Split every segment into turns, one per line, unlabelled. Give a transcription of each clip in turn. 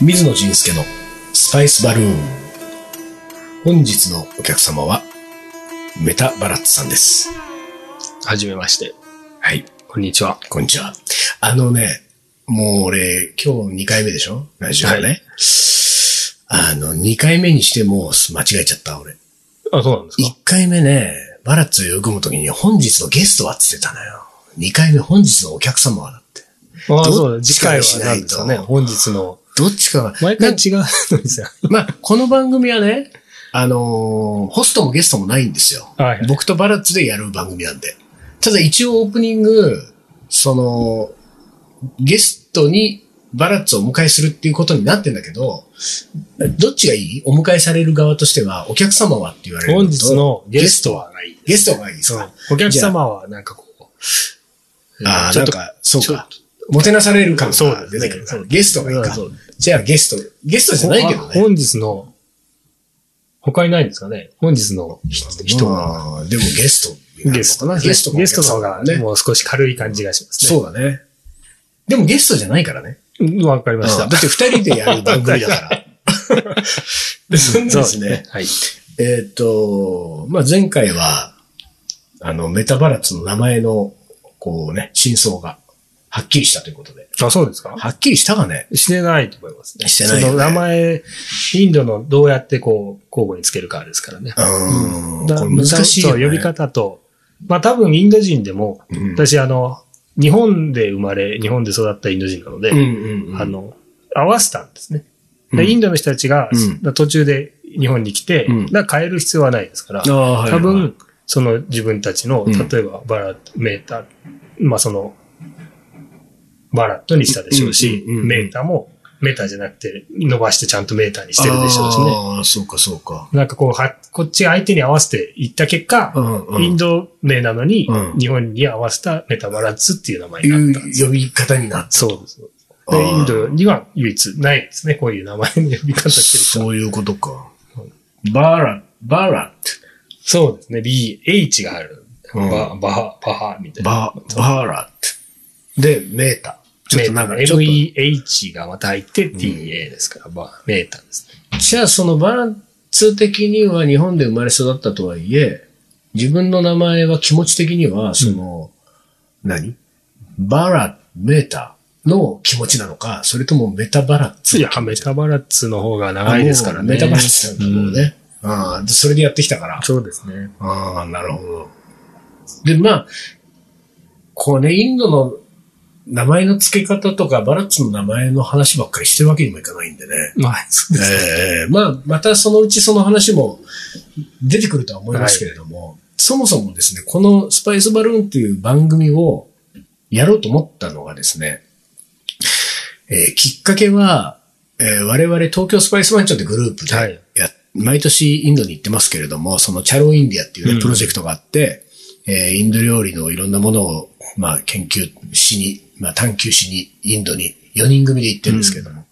水野仁介のスパイスバルーン。本日のお客様は、メタバラッツさんです。
はじめまして。
はい、
こんにちは。
こんにちは。あのね、もう俺、今日2回目でしょラジオね、
はい
あの、2回目にしても間違えちゃった、俺。
あ、そうなんです
1回目ね、バラッツを読むときに本日のゲストはって言ってたのよ。2回目本日のお客様はだって。
かあ、そ
ど
う
っ
だ。
ち
次
か
回
に
は
しないと
何ですかね。本日の。
どっちかが、
毎回違うので すよ。
まあ、この番組はね、あのーホストもゲストもないんですよ。
はいはい
僕とバラッツでやる番組なんで。ただ一応オープニング、その、ゲストにバラッツをお迎えするっていうことになってんだけど、どっちがいいお迎えされる側としては、お客様はって言われる
本
と
日のゲストはない。
ゲストがいいです
そ
か
う。お客様はなんかこう。
ああ、
ち
な
ょっ
ん
と
か、そう
ちょ
か。もてなされる感
そう
が
です
出
ね
てくるから、
そう
ゲストがいいか
そう。
じゃあゲスト、ゲストじゃないけどね。
本日の、他にないんですかね。本日の人は。
まあでもゲスト。
ゲスト
ゲスト
ゲストの方が
ね。
もう少し軽い感じがしますね。
そうだね。でもゲストじゃないからね。
そう。わかりまし
う
た
ん。だって二人でやる番組だから。 で、そんでですね。
はい。
えっ、と、まあ、前回は、あの、メタバラッツの名前の、こうね、真相が、はっきりしたということで。
あ、そうですか
はっきりしたかね
してないと思いますね。
してないよね
その名前、インドのどうやってこう、交互につけるかですからね。
うん。
だ
これ難しいよ、
そう
ね。
呼び方と、まあ多分インド人でも、
うん。
私あの、日本で生まれ、日本で育ったインド人なので、
うんうんうん。
あの、合わせたんですね。
うん、
でインドの人たちが、
うん
だ途中で日本に来て、
うん
だから変える必要はないですから、
ああはい
多分、その自分たちの、
うん
例えばバラット、メーター、まあその、バラットにしたでしょうし、
うんうんうんうん
メーターもメーターじゃなくて、伸ばしてちゃんとメーターにしてるでしょうしね。
ああ、そうかそうか。
なんかこう、は、こっち相手に合わせていった結果、
ん
インド名なのに、
うん
日本に合わせたメタバラッツっていう名前になったんです。
いう呼び方になった。
そうです。で
あー
インドには唯一ないですね、こういう名前の呼び方してる
そういうことか。バラ、バラっ
そうそうですね、B、H がある。
うん
ババハ、バハみた
て。
いな。
バ、バラって。で、メータ。ちょっとなんか、ちょっ
MEH がまた入って TA ですから、バーメーターですね。
とじゃあそのバランス的には日本で生まれ育ったとはいえ、自分の名前は気持ち的には、その、何バラ、メータの気持ちなのか、それともメタバラッツ
いや、メタバラッツの方が長いですからね。
メタバラッツなんだもうね。ああ、それでやってきたから
うん。そうですね。
ああ、なるほど。で、まあ、こうね、インドの名前の付け方とか、バラッツの名前の話ばっかりしてるわけにもいかないんでね。
まあ、そうですね。
ええまあ、またそのうちその話も出てくるとは思いますけれども、そもそもですね、このスパイスバルーンっていう番組をやろうと思ったのがですね、えーきっかけは、えー我々東京スパイス番長ってグループで、
はい
や毎年インドに行ってますけれども、そのチャロインディアっていう
う
ね、
ん
プロジェクトがあって、えーインド料理のいろんなものを、まあ、研究しに、まあ、探求しに、インドに4人組で行ってるんですけれども、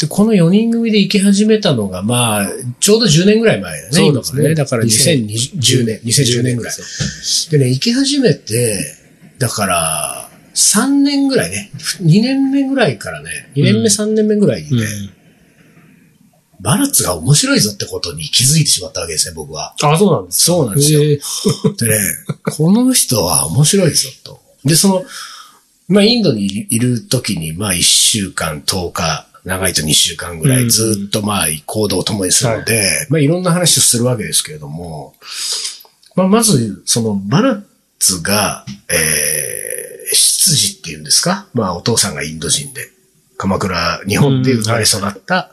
で、この4人組で行き始めたのが、まあ、ちょうど10年ぐらい前だね、
そう
今
で
か
す
ら
ね
ね。だから2010
2010
年、2010年ぐらい
で。
でね、行き始めて、だから、3年ぐらいね、2年目ぐらいからね、2年
うん
目3年目ぐらいにね、
うん
バラッツが面白いぞってことに気づいてしまったわけですね、僕は。
あ、そうなんですか。
そうなんですよ。
へえ
でね、この人は面白いぞと。で、その、まあ、インドにいる時に、まあ、1週間、10日、長いと2週間ぐら
う
い
ん
ずっと、まあ、行動を共にするので、まあ、いろんな話をするわけですけれども、まあ、まず、その、バラッツが、えー、執事っていうんですかまあ、お父さんがインド人で、鎌倉、日本で生まれ育った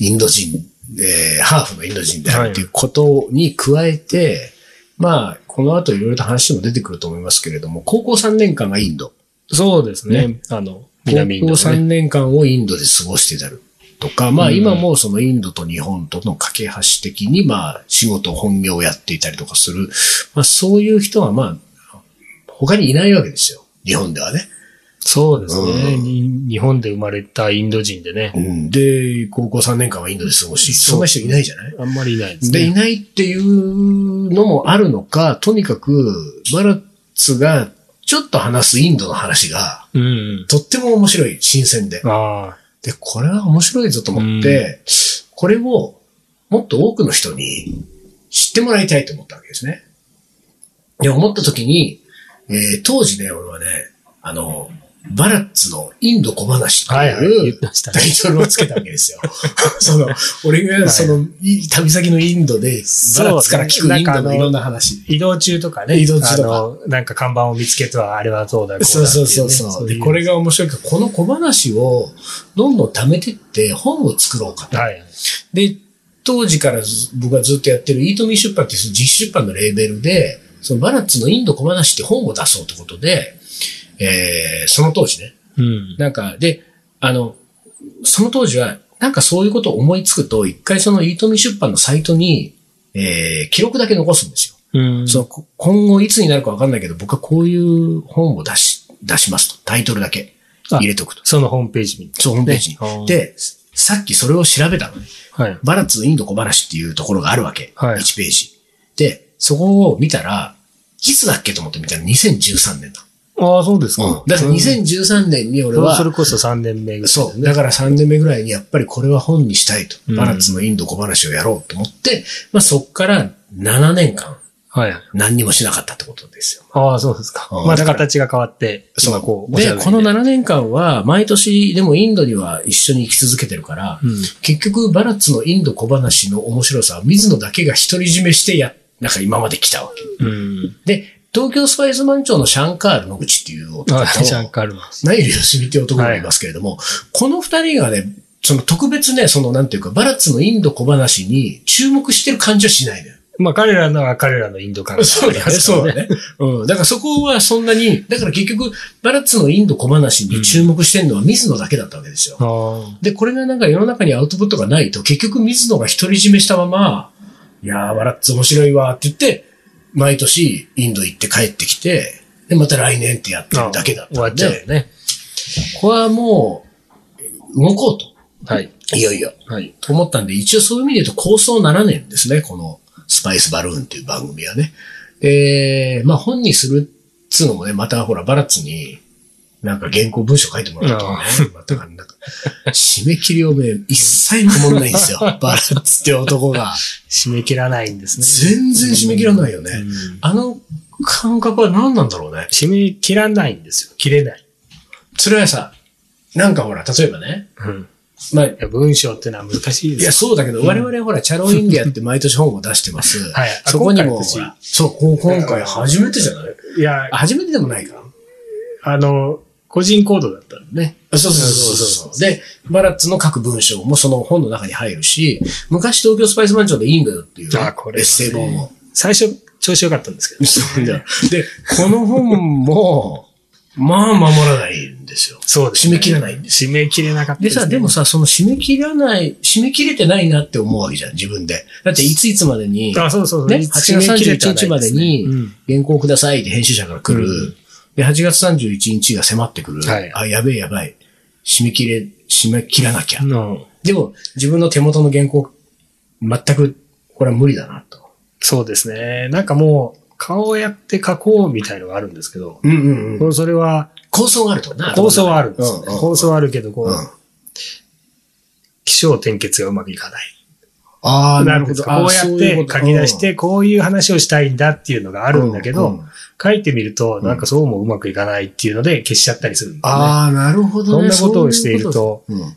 インド人、えー、ハーフのインド人であるっていうことに加えて、まあ、この後いろいろと話も出てくると思いますけれども、高校3年間がインド。
そうですね。あの、南インド
高校3
ね。
年間をインドで過ごしてたるとか、まあ
うん
今もそのインドと日本との架け橋的にまあ仕事、本業をやっていたりとかする、まあそういう人はまあ他にいないわけですよ。日本ではね。
そうですね、
うん
に日本で生まれたインド人でね。
うん、で、高校3年間はインドで過ごし、そんな人いないじゃない
あんまりいないです
で、い
ね。
ないっていうのもあるのか、とにかく、バラッツがちょっと話すインドの話が、
うんうん。
とっても面白い、新鮮で。
ああ。
で、これは面白いぞと思って、これをもっと多くの人に知ってもらいたいと思ったわけですね。で、思った時に、えー当時ね、俺はね、あの、バラッツのインド小話って
はいは
い
い。言っ
う
てました
タ
ね。
イトルをつけたわけですよ。 その、俺
は
が
い
その、い旅先のインドで、バラッツから聞
そう
く
ね
インド
なんかあの
のいろんな話。
移動中とかね。
移動中とか
あの、なんか看板を見つけては、あれはどうだこだってい
そうう
ね
そうそうそう。で、これ。が面白いから、この小話をどんどん貯めてって本を作ろうかと。
はい。
で、当時からず僕がずっとやってるイートミー出版っていうその自費出版のレーベルで、そのバラッツのインド小話って本を出そうってことで、えー、その当時ね。
うん。
なんか、で、あの、その当時は、なんかそういうことを思いつくと、一回そのイートミー出版のサイトに、えー、記録だけ残すんですよ。
うん。
そのこ今後いつになるかわかんないけど、僕はこういう本を出し、出しますと。タイトルだけ
あ
入れておくと。
そのホームページに。
そう、ホームページに。
ね
で、さっきそれを調べたのね。
はい。
バラッツインド小話っていうところがあるわけ。
はい
1ページ。で、そこを見たら、いつだっけと思って見たら2013年だ。
ああ、そうですか。
だから2013年に俺
それ
は
そ、れこそ3年目ぐらい。
そう。だから3年目ぐらいにやっぱりこれは本にしたいと
うん。
バラッツのインド小話をやろうと思って、まあそっから7年間
はい。
何にもしなかったってことですよ。
ああ、そうですか。
うん
まあ、
だから
形が変わって、今こう、おしゃ
で、
べり
この7年間は、毎年、でもインドには一緒に行き続けてるから、
うん
結局、バラッツのインド小話の面白さは、水野だけが独り占めしてや、なんか今まで来たわけ。
うん。
で、東京スパイス満潮のシャンカール野口っていう男
あ
と、
あ、シャンカールマン。
ナイル・ヨシミっていう男がいますけれども、この二人がね、その特別ね、そのなんていうか、バラッツのインド小話に注目してる感じはしないのよ。
まあ、彼らのは彼らのインド感が
そう
あり
だ
ま
ね、
すから
そうだね。うん。だからそこはそんなに、だから結局、バラッツのインド小話に注目してるのは水野だけだったわけですよ。
あ
で、これがなんか世の中にアウトプットがないと、結局水野が独り占めしたまま、いやー、バラッツ面白いわーって言って、毎年インド行って帰ってきて、で、また来年ってやって
あ。
るだけだっ
終わ
た
っ
ん
ちゃうよ
で、
ね。
ここはもう、動こう
はい。
と。いよいよ。
はい。
と思ったんで、一応そういう意味で言うと構想7年ですね、このスパイスバルーンっていう番組はね。で、まあ本にするっつうのもね、またほらバラッツに、なんか原稿文章書いてもらうとね
あ、
またなんか、締め切りをね、一切守んないん ですよ。バラッツって男が。
締め切らないんですね。
全然締め切らないよね。
うん
あの感覚は何なんだろうね。
締め切らないんですよ。切れない。
それはさ、なんかほら、例えばね、
うん。
まあ、
いや文章ってのは難しい
い
で
や、
すよ。
そうだけど、我々ほら、チャロインディアって毎年本を出してます。
はいあ
そこに
今
も、
回
ほらそう、こう今回初めてじゃない
いや、
初めてでもないか。
あの、個人行動だったんでね。
そうそうそうそうそう。で、バラッツの各文章もその本の中に入るし、昔東京スパイス番長でインドよっていうね、
あこれはね
エッセイ本も。
最初、調子良かったんですけど。
そうだよで、この本も、 まあ守らないんですよ。
そうです、
締め切らないんです。
締め切れなかった
でさ、
ね
でも、さ、その締め切らない、締め切れてないなって思うわけじゃん、自分で。だっていついつまでに、
あ、そうそうそう。
ね、8
いつ
月
締め切れて
31
はない
日まです
ね
に
うん
原稿くださいって編集者から来る。
うん
で、8月31日が迫ってくる。
はい
あ、やべえやばい。締め切れ、締め切らなきゃ。
の、
でも、自分の手元の原稿、全く、これは無理だなと。
そうですね。なんかもう、顔をやって書こうみたいのがあるんですけど、
うんうん
こ。れそれは、
構想があるとな。
構想はあるんですよ
うんう
ね。
ん
構想はあるけど、こ
うん
う、気象転結がうまくいかない。
ああ、
なるほど。こうやって書き出し、て、こういう話をしたいんだっていうのがあ
あ
るんだけど、
うん
書いてみると、なんかそうもうまくいかないっていうので消しちゃったりするんだよね。
ああ、なるほど
そん
ね。
なことをしていると、
そういうこ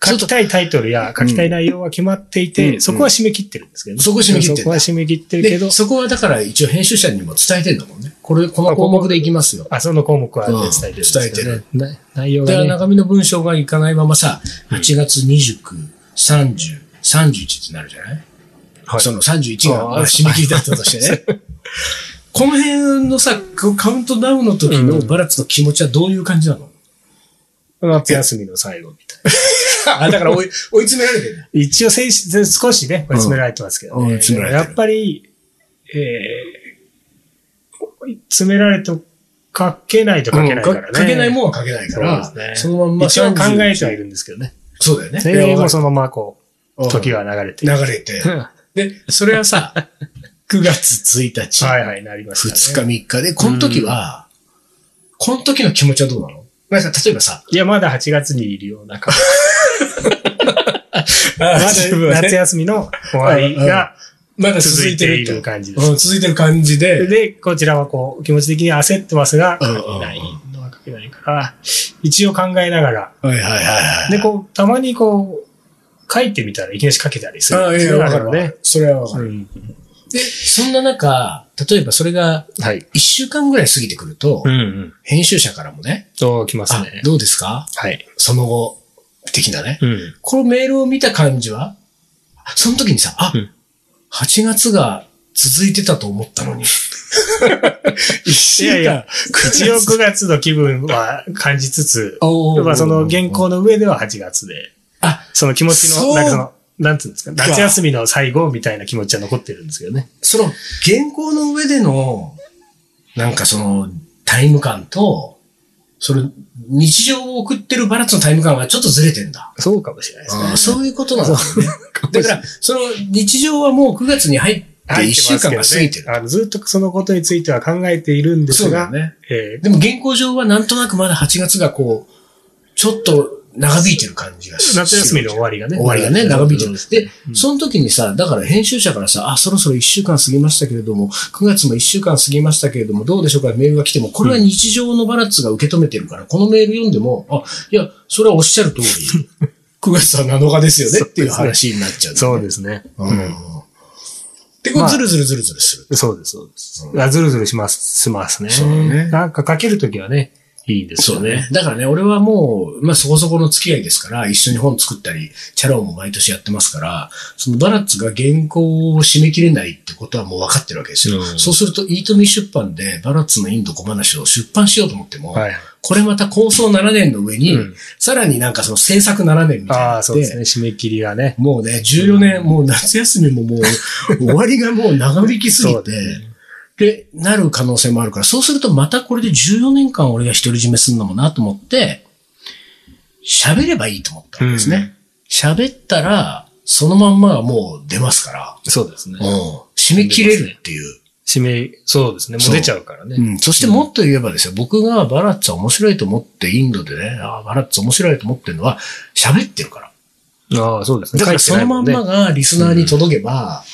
と。ちょ
書
っと
きたいタイトルや書きたい内容は決まってい
うんう
て、
ん
そこは締め切ってるんですけどね
そこは締め切ってんだ
そこは締め切って
うん
るけど
で、、そこはだから一応編集者にも伝えてんだもんね。これ、この項目でいきますよ。
あ、その項目はね伝えてるんですけどね。な内容が
で、
ね。
中身の文章がいかないままさ、8月29、30、31ってなるじゃない、
はい
その31が
あー
まあ締め切りだったとしてね。この辺のさ、こうカウントダウンの時
う
の
ん
バラッツの気持ちはどういう感じなの、
夏休みの最後みたいな。
あ、だから追い追い詰められてる。
一応選手、少しね、追い詰められてますけど
うん追
ね。
い詰められて
や
る
っぱり、えー、追い詰められると書けないと書けないからね。
うんか書けないもんは書けないから、
そうですね
のまんま
一応考え
ち
て
ゃ
はいるんですけどね。
そうだよね。
それもそのままこ
う
う、
ん
時は流れて。
流
は
れて。で、それは さ、9月1日、
いはい、なりましたね。
2日3日で、この時は、この時の気持ちはどうなのなんか例えば さ、
いや、まだ8月にいるような感じ。まだ 夏
まだ
休みの終わりが
まだ
続
続
い
いて
てい
る
る
と。
感じです。
うん、続いてる感じで、
で、こちらはこう、気持ち的に焦ってますが、
うんうん
書けないのは書けないから、一応考えながら、
はいはいはいはい。
で、こう、たまにこう、書いてみたらいきなり書けたりする。
ああ、い
そ
や、
ういうの
わか
あ
る
よ
ね。。それはわかる。
うん
で、そんな中、例えばそれが
はい。
一週間ぐらい過ぎてくると、
うんうん。
編集者からもね、
と、来ます
あ
ね。
どうですか
はい。
その後、的なね。
うん。
このメールを見た感じは、その時にさ、あ、
うん
8月が続いてたと思ったの に。一週
いやいや一応9月の気分は感じつつ、まあその原稿の上では8月で、
あ、
その気持ち
そ
の、
う
なんかその、なんつうんですか、夏休みの最後みたいな気持ちは残ってるんですけどね。
その原稿の上での、なんかそのタイム感と、それ、日常を送ってるバラッツのタイム感がちょっとずれてんだ。
そうかもしれない
あーそういうことなんだよね。
で
だから、その日常はもう9月に入って1週間が過ぎてる。
あのずっとそのことについては考えているんですが、
ね。
え
でも現行上はなんとなくまだ8月がこう、ちょっと長引いてる感じが
ー
し
夏休みの終わりがね。
終わりがね、長引いてる。で
う、ん
その時にさ、だから編集者からさ、あ、そろそろ1週間過ぎましたけれども、9月も1週間過ぎましたけれども、どうでしょうか、メールが来ても、これは日常のバラッツが受け止めてるから、このメール読んでも、あ、いや、それはおっしゃる通り、9月は7日ですよねっていう話になっちゃう、
そうですね。
う
うん
ん。で、こ
ま
う、
あ
ずるずるずるずるする。
そうです、そうです。
うん
あずるずるします、しますね。
そうね
なんか書けるときはね、いいんです
そ
よ
うね。。だからね、俺はもう、まあそこそこの付き合いですから、一緒に本作ったり、チャラをも毎年やってますから、そのバラッツが原稿を締め切れないってことはもう分かってるわけですよ。
うん
そうすると、イートミー出版でバラッツのインド小話を出版しようと思っても、
はい。
これまた構想7年の上に、
うん
さらになんかその制作7年みたいに
あ
な
あ、
っ
そうで
て
すね。締め切りがね。
もうね、14年、もう夏休みももう、 終わりがもう長引きすぎ
そう
て
です、
で、なる可能性もあるから、そうするとまたこれで14年間俺が独り占めするのもなと思って、喋ればいいと思ったんですね。喋、ったら、そのまんまがもう出ますから、
そうですね
うん。締め切れるっていう。
締め、そうですね。もう出ちゃうからね。
うん、そしてもっと言えばですよ、僕がバラッツは面白いと思って、インドでね、ああ、バラッツ面白いと思ってるのは、喋ってるから。
ああ、そうですね。
だからそのまんま
が。
がリスナーに届けば、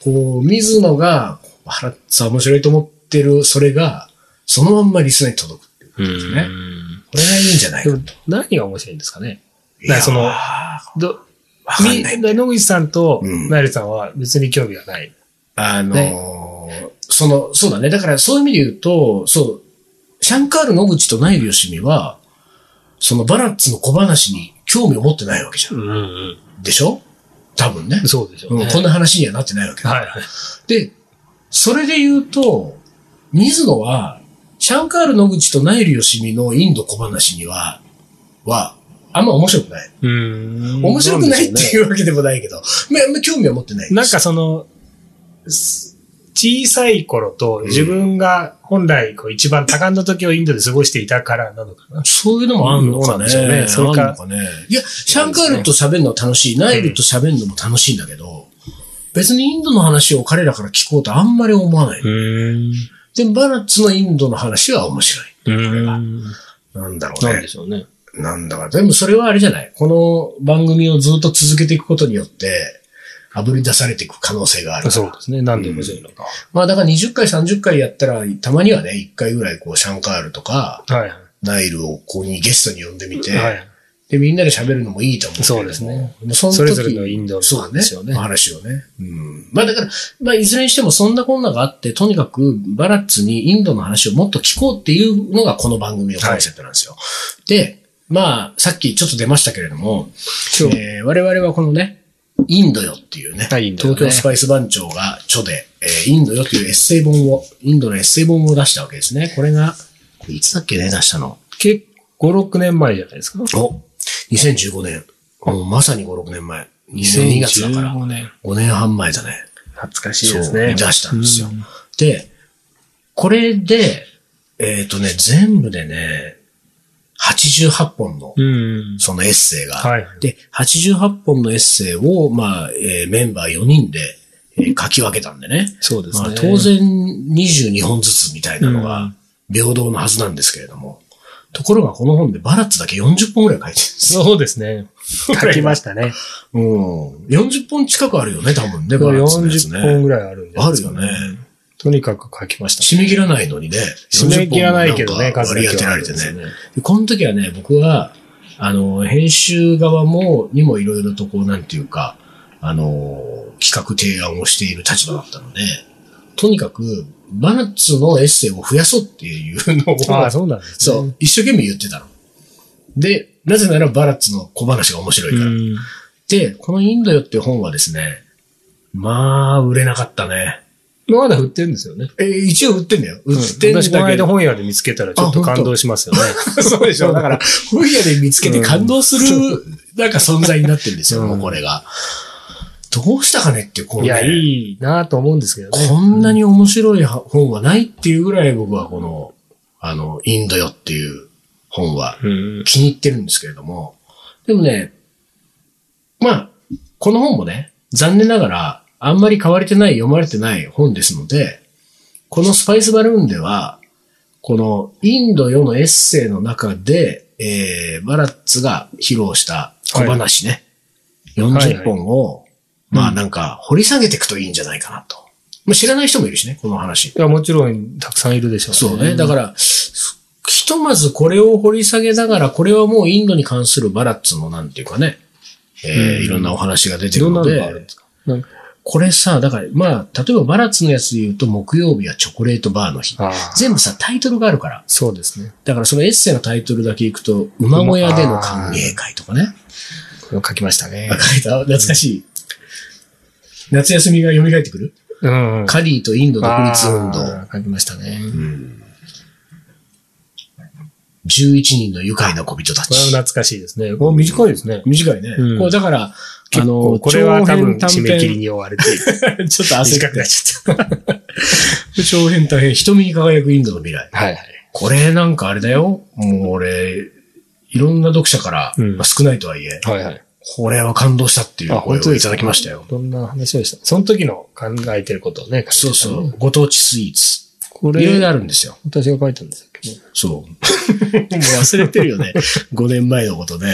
こう、水野が、原田さん面白いと思ってる、それが、そのまんまリスナーに届くっていう。
う
すね
ん。
これがいいんじゃないか
で
と。
も何が面白いんですかね。
いやー
その
わ
ど、
かん
み
ない。
野口さんと
うん
ナイルさんは別に興味がない。
あのーその、そうだね。だからそういう意味で言うと、そう、シャンカール野口とナイルヨシミは、そのバラッツの小話に興味を持ってないわけじゃ
んうん
ん。でしょ多分ね。
そうでしょう
う
ね。
ん、こんな話にはなってないわけだ
はいはい。
で、それで言うと、水野は、シャンカール野口とナイルヨシミのインド小話には、は、あんま面白くない。
うん。
面白くないっていううわけでもないけど、めめ興味は持ってないです。
なんかその、す小さい頃と自分が本来こう一番多感な時をインドで過ごしていたからなのかな。
そういうのもあるのか
うんそうなん
ね。
でしょうねそれか
あんのかね。いや、シャンカールと喋るのは楽しい。ナイルと喋るのも楽しいんだけど、別にインドの話を彼らから聞こうとあんまり思わない。
ん。
で、バラッツのインドの話は面白い。
うん。
なんだろうね。
なんでしょうね。
なんだか、でもそれはあれじゃないこの番組をずっと続けていくことによって、あぶり出されていく可能性がある。
そうですね。なんで面白いのか。
まあだから20回、30回やったら、たまにはね、1回ぐらいこう、シャンカールとか、
はいは
ナイルをここにゲストに呼んでみて、
い。はい。
で、みんなで喋るのもいいと思う。
そうですね。
もうその時
それぞれのインドの
そうだね
話をね。
お話をね。うん。まあだから、まあいずれにしてもそんなこんながあって、とにかくバラッツにインドの話をもっと聞こうっていうのがこの番組のコンセプトなんですよ。で、まあ、さっきちょっと出ましたけれども、
今日
えー我々はこのね、インドよっていうね、
はいインドよね
東京スパイス番長が著で、えーインドよというエッセイ本を、インドのエッセイ本を出したわけですね。これが、これいつだっけね、出したの。
結構5、6年前じゃないですか。
お、2015年。もうまさに5、6年前。2002月だから。
2015年。
5年半前だね。
懐かしい
そう
ですね。
出したんですよ
う。
で、これで、えっ、とね、全部でね、88本の、
うん。
そのエッセイが、
はい
で、88本のエッセイを、まあ、えーメンバー4人で、えー書き分けたんでね。
そうですね
まあ、当然22本ずつみたいなの
う
が、平等のはずなんですけれども。ところがこの本でバラッツだけ40本ぐらい書いてるんです。
そうですね。書きましたね。
うん。40本近くあるよね、多分ね、バラッツのやつ
40本
ね。
ぐらいあるんじゃな
あ
いで
る
すか
よね。。
とにかく書きました。
締め切らないのにね。
締め切らないけど
40本
ね、
もんか
数だ
割
け
り当て
はあ
ら
る
れ
ん
てね
です。よね。
この時はね、僕は、あの、編集側も、にもいろいろとこう、なんていうか、あの、企画提案をしている立場だったので、とにかく、バナッツのエッセイを増やそうっていうのを、
ああ、そうなんですね。
そう、一生懸命言ってたの。で、なぜならバラッツの小話が面白いから。
うん。
で、このインドよっていう本はですね、まあ、売れなかったね。
まだ売ってるんですよね。
えー一応売ってんだよ。売ってんだ
私、
け
この
ど。
間本屋で見つけたらちょっと
あ本当
感動しますよね。
そうでしょ。だから、本屋で見つけて感動 する、なんか存在になってるんですよ、
うん
もうこれが。どうしたかねっていう、このね
いや、いいなと思うんですけどね。
こんなに面白い本はないっていうぐらい僕はこの、あの、インドよっていう本は
うん。
気に入ってるんですけれども。でもね、まあ、この本もね、残念ながら、あんまり買われてない、読まれてない本ですので、このスパイスバルーンでは、このインド世のエッセイの中で、えー、バラッツが披露した小話ね、
はい
40本を、まあなんか掘り下げていくといいんじゃないかなと。まあ知らない人もいるしね、この話。
いや、もちろん、たくさんいるでしょ
そううね。だ
ら、
から、ひとまずこれを掘り下げながら、これはもうインドに関するバラッツのなんていうかね、えー
うん
いろんなお話が出てる
どんな
の
のがあるん
で
で、すかなんか
これさ、だから、まあ、例えばバラッツのやつで言うと、木曜日はチョコレートバーの日。
ああ、
全部さ、タイトルがあるから。
そうですね。
だからそのエッセイのタイトルだけいくと、馬小屋での歓迎会とかね。
書きましたね
あ。書いた懐かしい。夏休みが蘇ってくる
うん。
カリーとインド独立運動。
ああ書きましたね。
うん11人の愉快な小人た
これは
ち。
懐かしいですね。これ短いですね。
短いね。
うん
こうだから、
結構、これは多分、締め切りに追われている。
に。 ちょっと汗
短
か
くなっちゃ っ
長編大変。瞳に輝くインドの未来。
た。はいはい。
これなんかあれだよ。もう俺、いろんな読者から、
うん
まあ少ないとはいえ、
はいはい。
これは感動したっていう
あ
声
本当
を
で
い
す
た
か
だきましたよ。
どんな話をしたその時の考えてることをね。書
そう
いてたね
そう。ご当地スイーツ。
こ
いろいろ
れ、
あるんですよ。
私が書いたんですけど。
そう。もう忘れてるよね。5年 前のことで、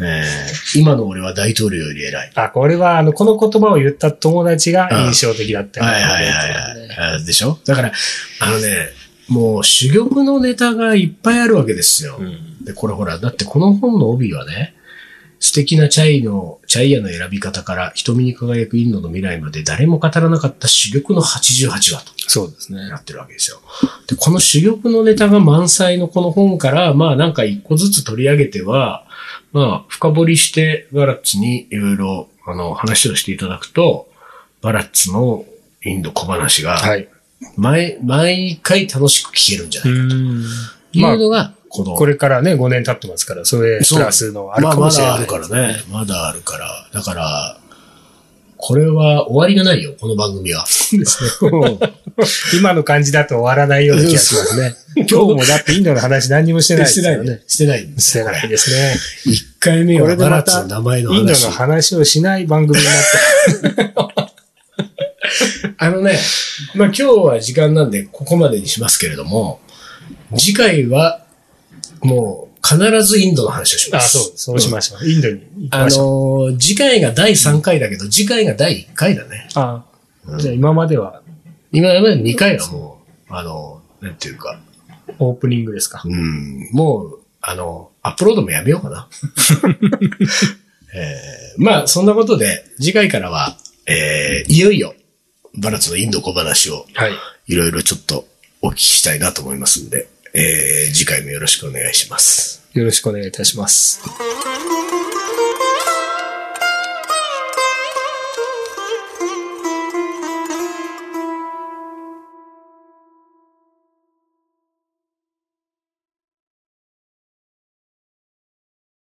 えー今の俺は大統領より偉い。
あ、これは、あの、この言葉を言った友達が印象的だったよね
はいはいはいはいあ。でしょだから、あのね、もう珠玉のネタがいっぱいあるわけですよ。
うん
で、これほら、だってこの本の帯はね、素敵なチャイの、チャイヤの選び方から瞳に輝くインドの未来まで誰も語らなかった珠玉の88話と
そうですね。
なってるわけですよ。で、この珠玉のネタが満載のこの本から、まあなんか一個ずつ取り上げては、まあ深掘りしてバラッツにいろいろあの話をしていただくと、バラッツのインド小話が
はい。
毎、毎回楽しく聞けるんじゃ
う
ないか
ん。
というのが、この、
これからね、5年経ってますから、それプ
そう
ラスのあるかもしれな
まあ、まだあ
い。
るからね。。まだあるから。だから、これは終わりがないよ、この番組は。
ですね。今の感じだと終わらないような気がしますね。今日もだってインドの話何にもしてないですよね。。
してないんです
してないですね。
1回目
こ
は
れで
バラッ
ま
ツ
た、イ
の
ン
名前の
ドの
話。
話をしない番組になっ
あのね、まあ今日は時間なんでここまでにしますけれども、次回はもう必ずインドの話をし
た。
ま
あ、
す。
そう、そうしましょう。インドに行き
あ
ま
の
しょう。
ー、次回が第3回だけど、次回が第1回だね。
あ
うん
じゃあ今までは
今まで2回はもう、あのー、なんていうか、
オープニングですか。
うん、もう、あの、アップロードもやめようか な。えーまあ、そんなことで、次回からは、えーいよいよ、バラツのインド小話を、
はい。
いろいろちょっとお聞きしたいなと思いますんで、えー次回もよろしくお願いします。
よろしくお願いいたします。